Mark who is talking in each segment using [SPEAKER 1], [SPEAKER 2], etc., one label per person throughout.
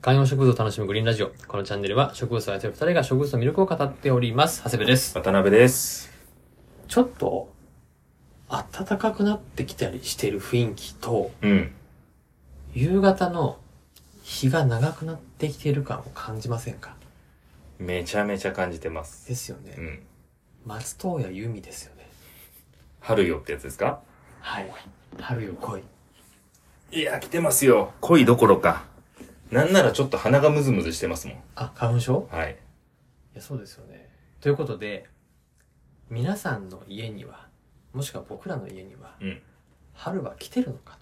[SPEAKER 1] 観葉植物を楽しむグリーンラジオ。このチャンネルは植物を愛する二人が植物の魅力を語っております。長谷部です。
[SPEAKER 2] 渡辺です。
[SPEAKER 1] ちょっと、暖かくなってきたりしている雰囲気と、
[SPEAKER 2] うん。
[SPEAKER 1] 夕方の日が長くなってきている感を感じませんか
[SPEAKER 2] めちゃめちゃ感じてます。
[SPEAKER 1] ですよ
[SPEAKER 2] う
[SPEAKER 1] ね。
[SPEAKER 2] ん。
[SPEAKER 1] 松任谷由実ですよね。
[SPEAKER 2] 春よってやつですか
[SPEAKER 1] はい。春よ来い。
[SPEAKER 2] いや、来てますよ。恋どころか。なんならちょっと鼻がムズムズしてますもん。
[SPEAKER 1] あ、花粉症
[SPEAKER 2] はい。
[SPEAKER 1] いや、そうですよね。ということで、皆さんの家には、もしくは僕らの家には、
[SPEAKER 2] うん。
[SPEAKER 1] 春は来てるのか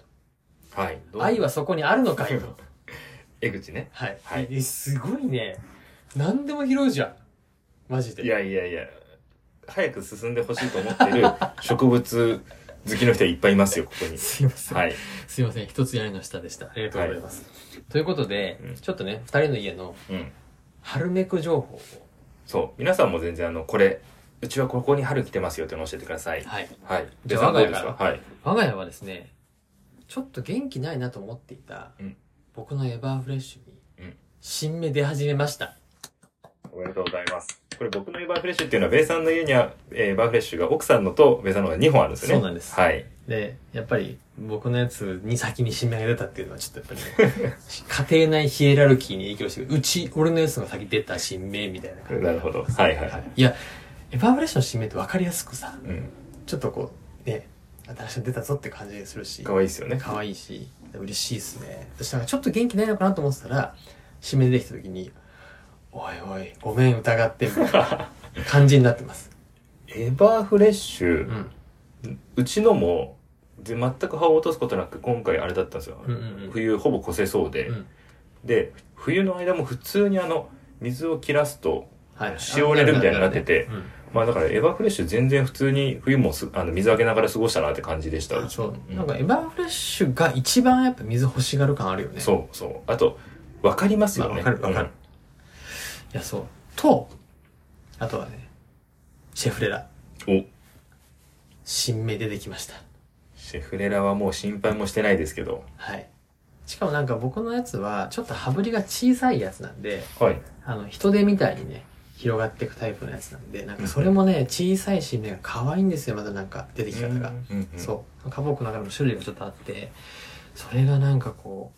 [SPEAKER 2] はい。どう
[SPEAKER 1] と。愛はそこにあるのかよと。
[SPEAKER 2] 江口ね。
[SPEAKER 1] はい。
[SPEAKER 2] はい
[SPEAKER 1] え、すごいね。何でも拾うじゃん。マジで。
[SPEAKER 2] いやいやいや。早く進んでほしいと思って る植物好きの人はいっぱいいますよ、ここに。
[SPEAKER 1] すいません。
[SPEAKER 2] はい。
[SPEAKER 1] すいません。一つ屋根の下でした。ありがとうございます。ということで、
[SPEAKER 2] うん
[SPEAKER 1] ちょっとね、二人の家の
[SPEAKER 2] うん。
[SPEAKER 1] 春めく情報を。
[SPEAKER 2] そう。皆さんも全然あの、これ、うちはここに春来てますよっていうのを教えてください。
[SPEAKER 1] はい。
[SPEAKER 2] はい。
[SPEAKER 1] じ
[SPEAKER 2] で
[SPEAKER 1] ゃあ
[SPEAKER 2] どうですか
[SPEAKER 1] 我
[SPEAKER 2] はい。
[SPEAKER 1] 我が家はですね、ちょっと元気ないなと思っていた、
[SPEAKER 2] うん
[SPEAKER 1] 僕のエバーフレッシュ
[SPEAKER 2] う
[SPEAKER 1] に
[SPEAKER 2] ん、
[SPEAKER 1] 新芽出始めました。
[SPEAKER 2] おめでとうございます。これ僕のエバーフレッシュっていうのは、ベイさんの家には、えーエバーフレッシュが奥さんのとベイさんのが2本あるんですよね。
[SPEAKER 1] そうなんです
[SPEAKER 2] はい。
[SPEAKER 1] で、やっぱり僕のやつに先に新芽が出たっていうのはちょっとやっぱりね、 家庭内ヒエラルキーに影響してくる。うち、俺のやつが先出た新芽みたいな感じ。
[SPEAKER 2] なるほど。はいはいはい。
[SPEAKER 1] いや、エバーブレッションの新芽って分かりやすくさ、
[SPEAKER 2] うん。
[SPEAKER 1] ちょっとこう、ね、新しいの出たぞって感じするし、
[SPEAKER 2] 可愛いですよね。
[SPEAKER 1] 可愛いし、嬉しいっすね。私なんかちょっと元気ないのかなと思ってたら、新芽出てきた時に、おいおい、ごめん疑って、みたい な感じになってます。
[SPEAKER 2] エバーフレッシ
[SPEAKER 1] う
[SPEAKER 2] ュ、
[SPEAKER 1] ん。
[SPEAKER 2] うちのも、で全く葉を落とすことなく今回あれだったんですよ。
[SPEAKER 1] うんうんうん。
[SPEAKER 2] 冬ほぼ越せそうで、
[SPEAKER 1] うん
[SPEAKER 2] で、冬の間も普通にあの、水を切らすと、
[SPEAKER 1] はい
[SPEAKER 2] しおれるみたいになってて
[SPEAKER 1] うん
[SPEAKER 2] まあだからエバーフレッシュ全然普通に冬もすあの水あげながら過ごしたなって感じでした。
[SPEAKER 1] あそう、
[SPEAKER 2] うん
[SPEAKER 1] なんかエバーフレッシュが一番やっぱ水欲しがる感あるよねう
[SPEAKER 2] そうそう。あと、わかりますよね。
[SPEAKER 1] まあわかるわかるいやそうとあとはねシェフレラ
[SPEAKER 2] うん。お
[SPEAKER 1] 新芽出てきました
[SPEAKER 2] シェフレラはもう心配もしてないですけど。
[SPEAKER 1] はいしかもなんか僕のやつはちょっと羽振りが小さいやつなんで
[SPEAKER 2] はい。
[SPEAKER 1] あの人手みたいにね広がっていくタイプのやつなんでなんかそれもね小さい新芽が可愛いんですよまたなんか出てき方が
[SPEAKER 2] うんうん
[SPEAKER 1] そう。花木の中でも種類がちょっとあって、それがなんかこ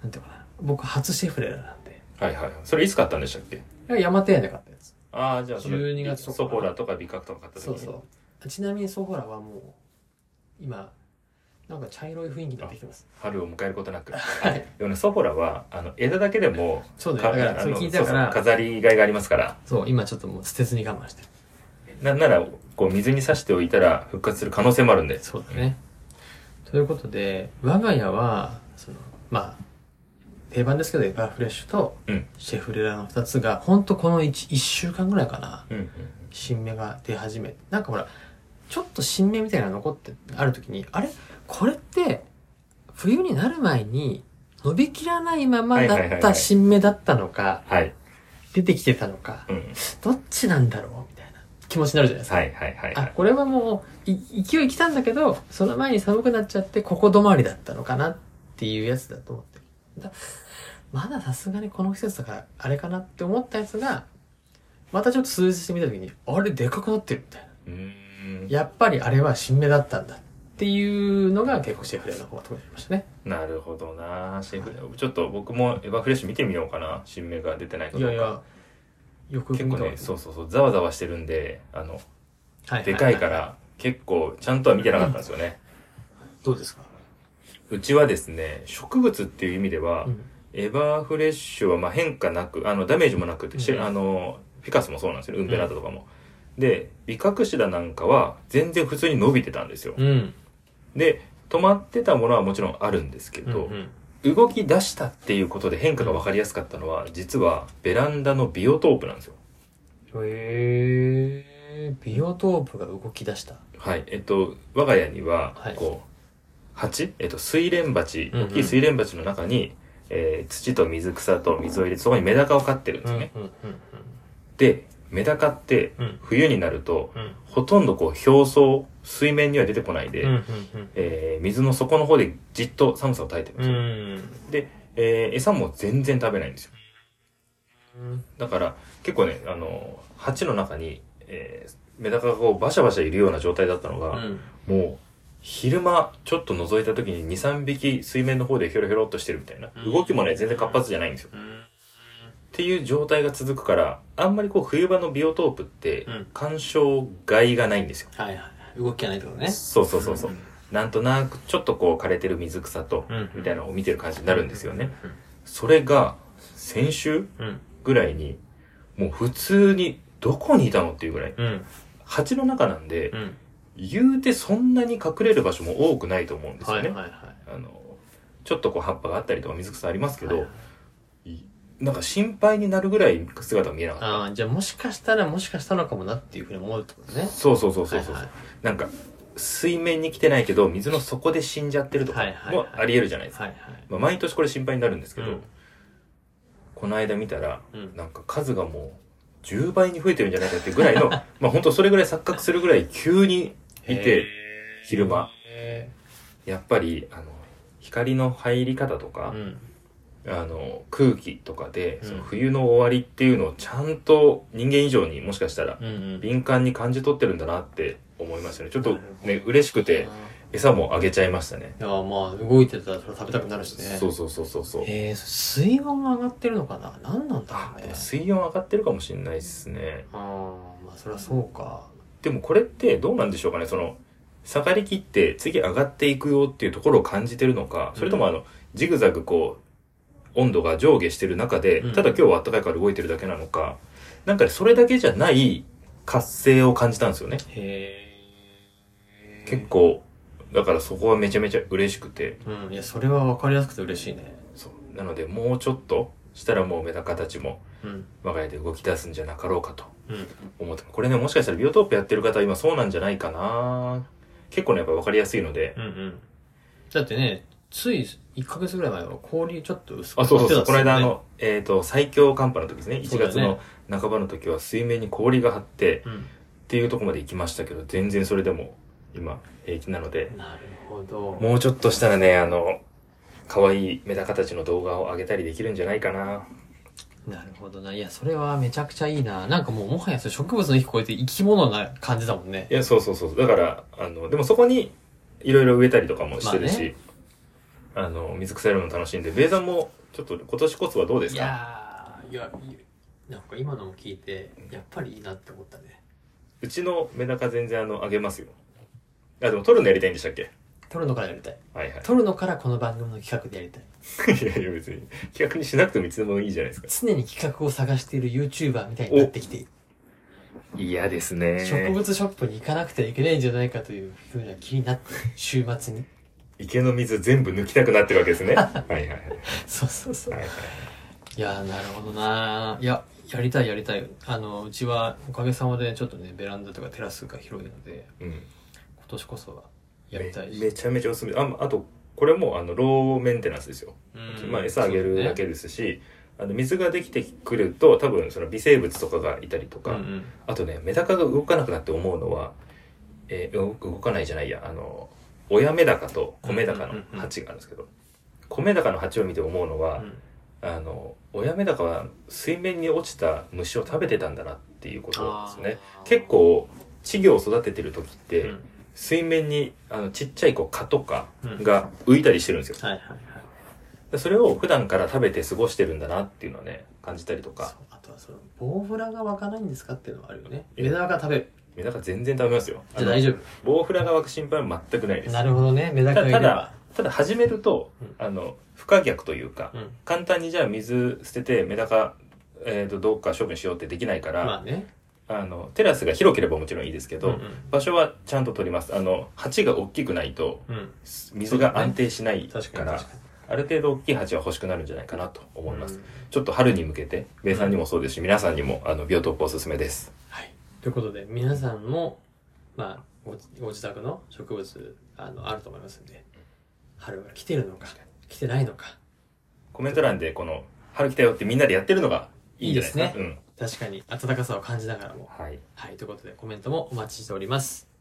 [SPEAKER 1] う、なんていうのかな。僕、初シェフレラなんで。
[SPEAKER 2] はいはい。それいつ買ったんでしたっけ
[SPEAKER 1] 山手屋で買ったやつ。
[SPEAKER 2] ああ、じゃあそれ、
[SPEAKER 1] 12月とか
[SPEAKER 2] ソフォラとか美角とか買った時
[SPEAKER 1] そう
[SPEAKER 2] に。
[SPEAKER 1] そう。ちなみにソフォラはもう、今、なんか茶色い雰囲気になってきてます。
[SPEAKER 2] 春を迎えることなく。
[SPEAKER 1] はい。
[SPEAKER 2] でもね、ソフォラは、あの、枝だけでも、
[SPEAKER 1] そうだよ。だから、
[SPEAKER 2] あ
[SPEAKER 1] それ
[SPEAKER 2] の
[SPEAKER 1] 聞いたから、
[SPEAKER 2] そ
[SPEAKER 1] そ
[SPEAKER 2] うそうう飾りがいがありますから。
[SPEAKER 1] 今ちょっともう捨てずに我慢してる。
[SPEAKER 2] なんなら、こう、水に刺しておいたら復活する可能性もあるんで。
[SPEAKER 1] そうだね。ということで、我が家は、その、まあ、定番ですけど、エバーフレッシュと
[SPEAKER 2] うん、
[SPEAKER 1] シェフレラの二つが、ほんとこの一一週間ぐらいかな。
[SPEAKER 2] うん。
[SPEAKER 1] 新芽が出始めなんかほらちょっと新芽みたいなの残ってある時にあれこれって冬になる前に伸びきらないまま
[SPEAKER 2] はいはい
[SPEAKER 1] だっ
[SPEAKER 2] はいは
[SPEAKER 1] た
[SPEAKER 2] い
[SPEAKER 1] 新芽だったのか
[SPEAKER 2] はい。
[SPEAKER 1] 出てきてたのか
[SPEAKER 2] うん。
[SPEAKER 1] どっちなんだろうみたいな気持ちになるじゃないですか。
[SPEAKER 2] はいはいはいは
[SPEAKER 1] あ
[SPEAKER 2] い。
[SPEAKER 1] これはもうい勢い来たんだけどその前に寒くなっちゃってここ止まりだったのかなっていうやつだと思ってだまださすがにこの季節だからあれかなって思ったやつがまたちょっと数日してみた時にあれでかくなってるみたいな
[SPEAKER 2] うーん。
[SPEAKER 1] やっぱりあれは新芽だったんだっていうのが結構シェフレアの方が特にありましたね
[SPEAKER 2] なるほどなシェフレラ。ちょっと僕もエヴァフレッシュ見てみようかな。新芽が出てないか
[SPEAKER 1] い
[SPEAKER 2] どう
[SPEAKER 1] や
[SPEAKER 2] か。
[SPEAKER 1] いやよく
[SPEAKER 2] 結構ね、そうそうそう、ざわざわしてるんで、あの、
[SPEAKER 1] はは
[SPEAKER 2] でかいから、結構、ちゃんとは見てなかったんですよね。
[SPEAKER 1] どうですか、
[SPEAKER 2] うちはですね、植物っていう意味では、
[SPEAKER 1] うん
[SPEAKER 2] エバーフレッシュはまあ変化なく、あの、ダメージもなくて、し
[SPEAKER 1] うん
[SPEAKER 2] あの、フィカスもそうなんですよね、ウンベラータとかも。で、ビカクシダなんかは、全然普通に伸びてたんですよ。
[SPEAKER 1] うん
[SPEAKER 2] で、止まってたものはもちろんあるんですけど、
[SPEAKER 1] うん
[SPEAKER 2] 動き出したっていうことで変化が分かりやすかったのは、実はベランダのビオトープなんですよ。
[SPEAKER 1] へえビオトープが動き出した
[SPEAKER 2] はい、えっと、我が家には
[SPEAKER 1] はい、
[SPEAKER 2] こう、鉢えっと、水蓮鉢、
[SPEAKER 1] うんうん
[SPEAKER 2] 大きい水蓮鉢の中に、えー土と水草と水を入れて、そこにメダカを飼ってるんですね。
[SPEAKER 1] うんうんうん
[SPEAKER 2] で、メダカって、
[SPEAKER 1] うん
[SPEAKER 2] 冬になると、
[SPEAKER 1] うん
[SPEAKER 2] ほとんどこう、表層、水面には出てこないで、
[SPEAKER 1] うんうん
[SPEAKER 2] えー水の底の方でじっと寒さを耐えてるん
[SPEAKER 1] う
[SPEAKER 2] ですよ。
[SPEAKER 1] ん
[SPEAKER 2] で、えー餌も全然食べないんですよ。
[SPEAKER 1] うん。
[SPEAKER 2] だから、結構ね、あの、鉢の中に、えーメダカがこうバシャバシャいるような状態だったの
[SPEAKER 1] う
[SPEAKER 2] が、
[SPEAKER 1] ん。
[SPEAKER 2] もう、昼間、ちょっと覗いた時に2、3匹水面の方でひょろひょろっとしてるみたいな。
[SPEAKER 1] うん
[SPEAKER 2] 動きもね、全然活発じゃないんですよ。っていう状態が続くから、あんまりこう冬場のビオトープって
[SPEAKER 1] うん、
[SPEAKER 2] 干渉外がないんですよ。
[SPEAKER 1] はいはい。動きがないってことね。
[SPEAKER 2] そうそうそうそう。なんとなく、ちょっとこう枯れてる水草と
[SPEAKER 1] うん、
[SPEAKER 2] みたいなのを見てる感じになるんですよね。
[SPEAKER 1] うん。
[SPEAKER 2] それが、先週
[SPEAKER 1] うん。
[SPEAKER 2] ぐらいに、もう普通に、どこにいたのっていうぐらい。
[SPEAKER 1] うん。
[SPEAKER 2] 鉢の中なんで
[SPEAKER 1] う、ん。
[SPEAKER 2] 言うてそんなに隠れる場所も多くないと思うんです
[SPEAKER 1] は
[SPEAKER 2] よ
[SPEAKER 1] い
[SPEAKER 2] ね。
[SPEAKER 1] はいはい。
[SPEAKER 2] あの、ちょっとこう葉っぱがあったりとか水草ありますけど、
[SPEAKER 1] はい
[SPEAKER 2] いなんか心配になるぐらい姿が見えなかっ
[SPEAKER 1] ああ、じゃあもしかしたらもしかしたのかもなっていうふうに思うってことね
[SPEAKER 2] た。。そうそうそうそうそう。
[SPEAKER 1] はいはい
[SPEAKER 2] なんか、水面に来てないけど、水の底で死んじゃってるとか
[SPEAKER 1] はいはい
[SPEAKER 2] も
[SPEAKER 1] はい
[SPEAKER 2] あり得るじゃないですか。
[SPEAKER 1] はいはい。
[SPEAKER 2] まあ、毎年これ心配になるんですけど、
[SPEAKER 1] うん
[SPEAKER 2] この間見たら、
[SPEAKER 1] うん
[SPEAKER 2] なんか数がもう10倍に増えてるんじゃないかっていうぐら いの、まあ本当それぐらい錯覚するぐらい急にい
[SPEAKER 1] へ
[SPEAKER 2] て、
[SPEAKER 1] ー
[SPEAKER 2] 昼間。
[SPEAKER 1] へ
[SPEAKER 2] やっぱり、あの、光の入り方とか、
[SPEAKER 1] ーうん。
[SPEAKER 2] あの空気とかで、
[SPEAKER 1] うん
[SPEAKER 2] その冬の終わりっていうのをちゃんと人間以上にもしかしたら
[SPEAKER 1] うんうん。
[SPEAKER 2] 敏感に感じ取ってるんだなって思いましたねちょっと
[SPEAKER 1] なるほ
[SPEAKER 2] ね嬉しくて
[SPEAKER 1] い
[SPEAKER 2] 餌もあげちゃいましたね
[SPEAKER 1] や、まあ、動いてたらそれ食べたくなるしね。
[SPEAKER 2] そうそうそうそうそう
[SPEAKER 1] えー、水温が上がってるのかな何なんだ
[SPEAKER 2] あ
[SPEAKER 1] ろう
[SPEAKER 2] でも
[SPEAKER 1] ね。
[SPEAKER 2] 水温上がってるかもしれないですね
[SPEAKER 1] ああ、まあ、そりゃそうか。
[SPEAKER 2] でもこれってどうなんでしょうかねその下がりきって次上がっていくよっていうところを感じてるのかそれともあのジグザグこう温度が上下してる中で
[SPEAKER 1] うん
[SPEAKER 2] ただ今日は暖かいから動いてるだけなのかなんかねそれだけじゃない活性を感じたんですよね
[SPEAKER 1] へえ。
[SPEAKER 2] 結。構だからそこはめちゃめちゃ嬉しくて
[SPEAKER 1] うん、いや、それは分かりやすくて嬉しいね。
[SPEAKER 2] そうなのでもうちょっとしたらもうメダカたちも
[SPEAKER 1] うん。
[SPEAKER 2] 我が家で動き出すんじゃなかろうかと
[SPEAKER 1] うん。
[SPEAKER 2] 思ってこれねもしかしたらビオトープやってる方は今そうなんじゃないかな結構ねやっぱ分かりやすいので
[SPEAKER 1] うんうん。だってね、つい1ヶ月ぐらい前は氷ちょっと薄く
[SPEAKER 2] あそうそうそう、こ
[SPEAKER 1] なっ
[SPEAKER 2] の
[SPEAKER 1] て
[SPEAKER 2] 間
[SPEAKER 1] たっすよ
[SPEAKER 2] あ
[SPEAKER 1] ね
[SPEAKER 2] の、えっ、と最強寒波の時ですね
[SPEAKER 1] そ
[SPEAKER 2] 1
[SPEAKER 1] うだよ
[SPEAKER 2] 月
[SPEAKER 1] ね
[SPEAKER 2] の半ばの時は水面に氷が張ってっていうところまで行きましたけど全然それでも今平気なので
[SPEAKER 1] うん。なるほど。
[SPEAKER 2] もうちょっとしたらねあの可愛いメダカたちの動画を上げたりできるんじゃないかな
[SPEAKER 1] なるほどな。いや、それはめちゃくちゃいいな。なんかもう、もはやそれ植物の域超えて生き物な感じだもんね。
[SPEAKER 2] いや、そうそうそう。だから、あの、でもそこに、いろいろ植えたりとかもしてる
[SPEAKER 1] まあ
[SPEAKER 2] し、あの、水草やるのも楽しいんで、ベイさんも、ちょっと今年こそはどうです
[SPEAKER 1] い
[SPEAKER 2] か
[SPEAKER 1] やー、いや、いなんか今のも聞いて、やっぱりいいなって思ったね。
[SPEAKER 2] うちのメダカ全然あの、あげますよ。あ、でも取るのやりたいんでしたっけ
[SPEAKER 1] 撮るのからやりたい。
[SPEAKER 2] はいはい。
[SPEAKER 1] 撮るのからこの番組の企画でやりたい。
[SPEAKER 2] いやいや、別に。企画にしなくてもいつでもいいじゃないですか。
[SPEAKER 1] 常に企画を探している YouTuber みたいになってきている、
[SPEAKER 2] 嫌ですね
[SPEAKER 1] 植物ショップに行かなくてはいけないんじゃないかというふうな気にな って、週末に。
[SPEAKER 2] 池の水全部抜きたくなってるわけですね。はいはいはい。
[SPEAKER 1] そうそうそう
[SPEAKER 2] は。いはい
[SPEAKER 1] いやーなるほどなーいややりたいやりたいあのうちはおかげさまでちょっとねベランダとかテラスが広いので
[SPEAKER 2] うん。
[SPEAKER 1] 今年こそはやりたい
[SPEAKER 2] め
[SPEAKER 1] し
[SPEAKER 2] めちゃめちゃおすすめ。あ、あと、これもあの、ローメンテナンスですよ。
[SPEAKER 1] うん
[SPEAKER 2] まあ、餌あげるだ
[SPEAKER 1] そ
[SPEAKER 2] けですし、あの水ができてくると多分その微生物とかがいたりと
[SPEAKER 1] う
[SPEAKER 2] か、
[SPEAKER 1] だねうんうん
[SPEAKER 2] あとねメダカが動かなくなって思うのは、えー動動かないじゃないやあの親メダカと子メダカの鉢があるんですけど、子メダカの鉢を見て思うのは、
[SPEAKER 1] うん
[SPEAKER 2] あの親メダカは水面に落ちた虫を食べてたんだなっていうことですね
[SPEAKER 1] あー
[SPEAKER 2] 結構稚魚を育ててる時って、
[SPEAKER 1] うん
[SPEAKER 2] 水面にあのちっちゃいこう蚊とかが浮いたりしてるんですよ、
[SPEAKER 1] はいはいはい
[SPEAKER 2] でそれを普段から食べて過ごしてるんだなっていうのはね感じたりと
[SPEAKER 1] そ
[SPEAKER 2] か
[SPEAKER 1] うあとはそのボウフラが湧かないんですかっていうのはあるよねメダカが食べる
[SPEAKER 2] メダカ全然食べますよ
[SPEAKER 1] じゃあ大
[SPEAKER 2] 夫
[SPEAKER 1] 丈
[SPEAKER 2] ボウフラが湧く心配は全くないで
[SPEAKER 1] 夫
[SPEAKER 2] す
[SPEAKER 1] なるほどねメダカ
[SPEAKER 2] た
[SPEAKER 1] がい
[SPEAKER 2] だ
[SPEAKER 1] れ
[SPEAKER 2] た
[SPEAKER 1] ば
[SPEAKER 2] だただ始めると、
[SPEAKER 1] うん
[SPEAKER 2] あの不可逆というか、
[SPEAKER 1] うん
[SPEAKER 2] 簡単にじゃあ水捨ててメダカ、えー、とどうか処分しようってできないから、
[SPEAKER 1] まあね
[SPEAKER 2] あ、のテラスが広ければもちろんいいですけど、
[SPEAKER 1] うん
[SPEAKER 2] 場所はちゃんと取りますあの鉢が大きくないと
[SPEAKER 1] うんうん
[SPEAKER 2] 水が安定しないから
[SPEAKER 1] 確、かに確かに
[SPEAKER 2] ある程度大きい鉢は欲しくなるんじゃないかなと思います、
[SPEAKER 1] うん
[SPEAKER 2] ちょっと春に向けて、ベイさんにもそうですし、皆さんにも、あの、ビオトープおすすめです。
[SPEAKER 1] はい。ということで、皆さんも、まあ、ごご自宅の植物、あの、あると思いますんで、春は来てるのか、来てないのか、
[SPEAKER 2] コメント欄で、この、春来たよってみんなでやってるのがいいんじゃないですか。
[SPEAKER 1] いいです
[SPEAKER 2] ね。
[SPEAKER 1] 確かに暖かさを感じながらも。
[SPEAKER 2] うん。はい。
[SPEAKER 1] はい。ということで、コメントもお待ちしております。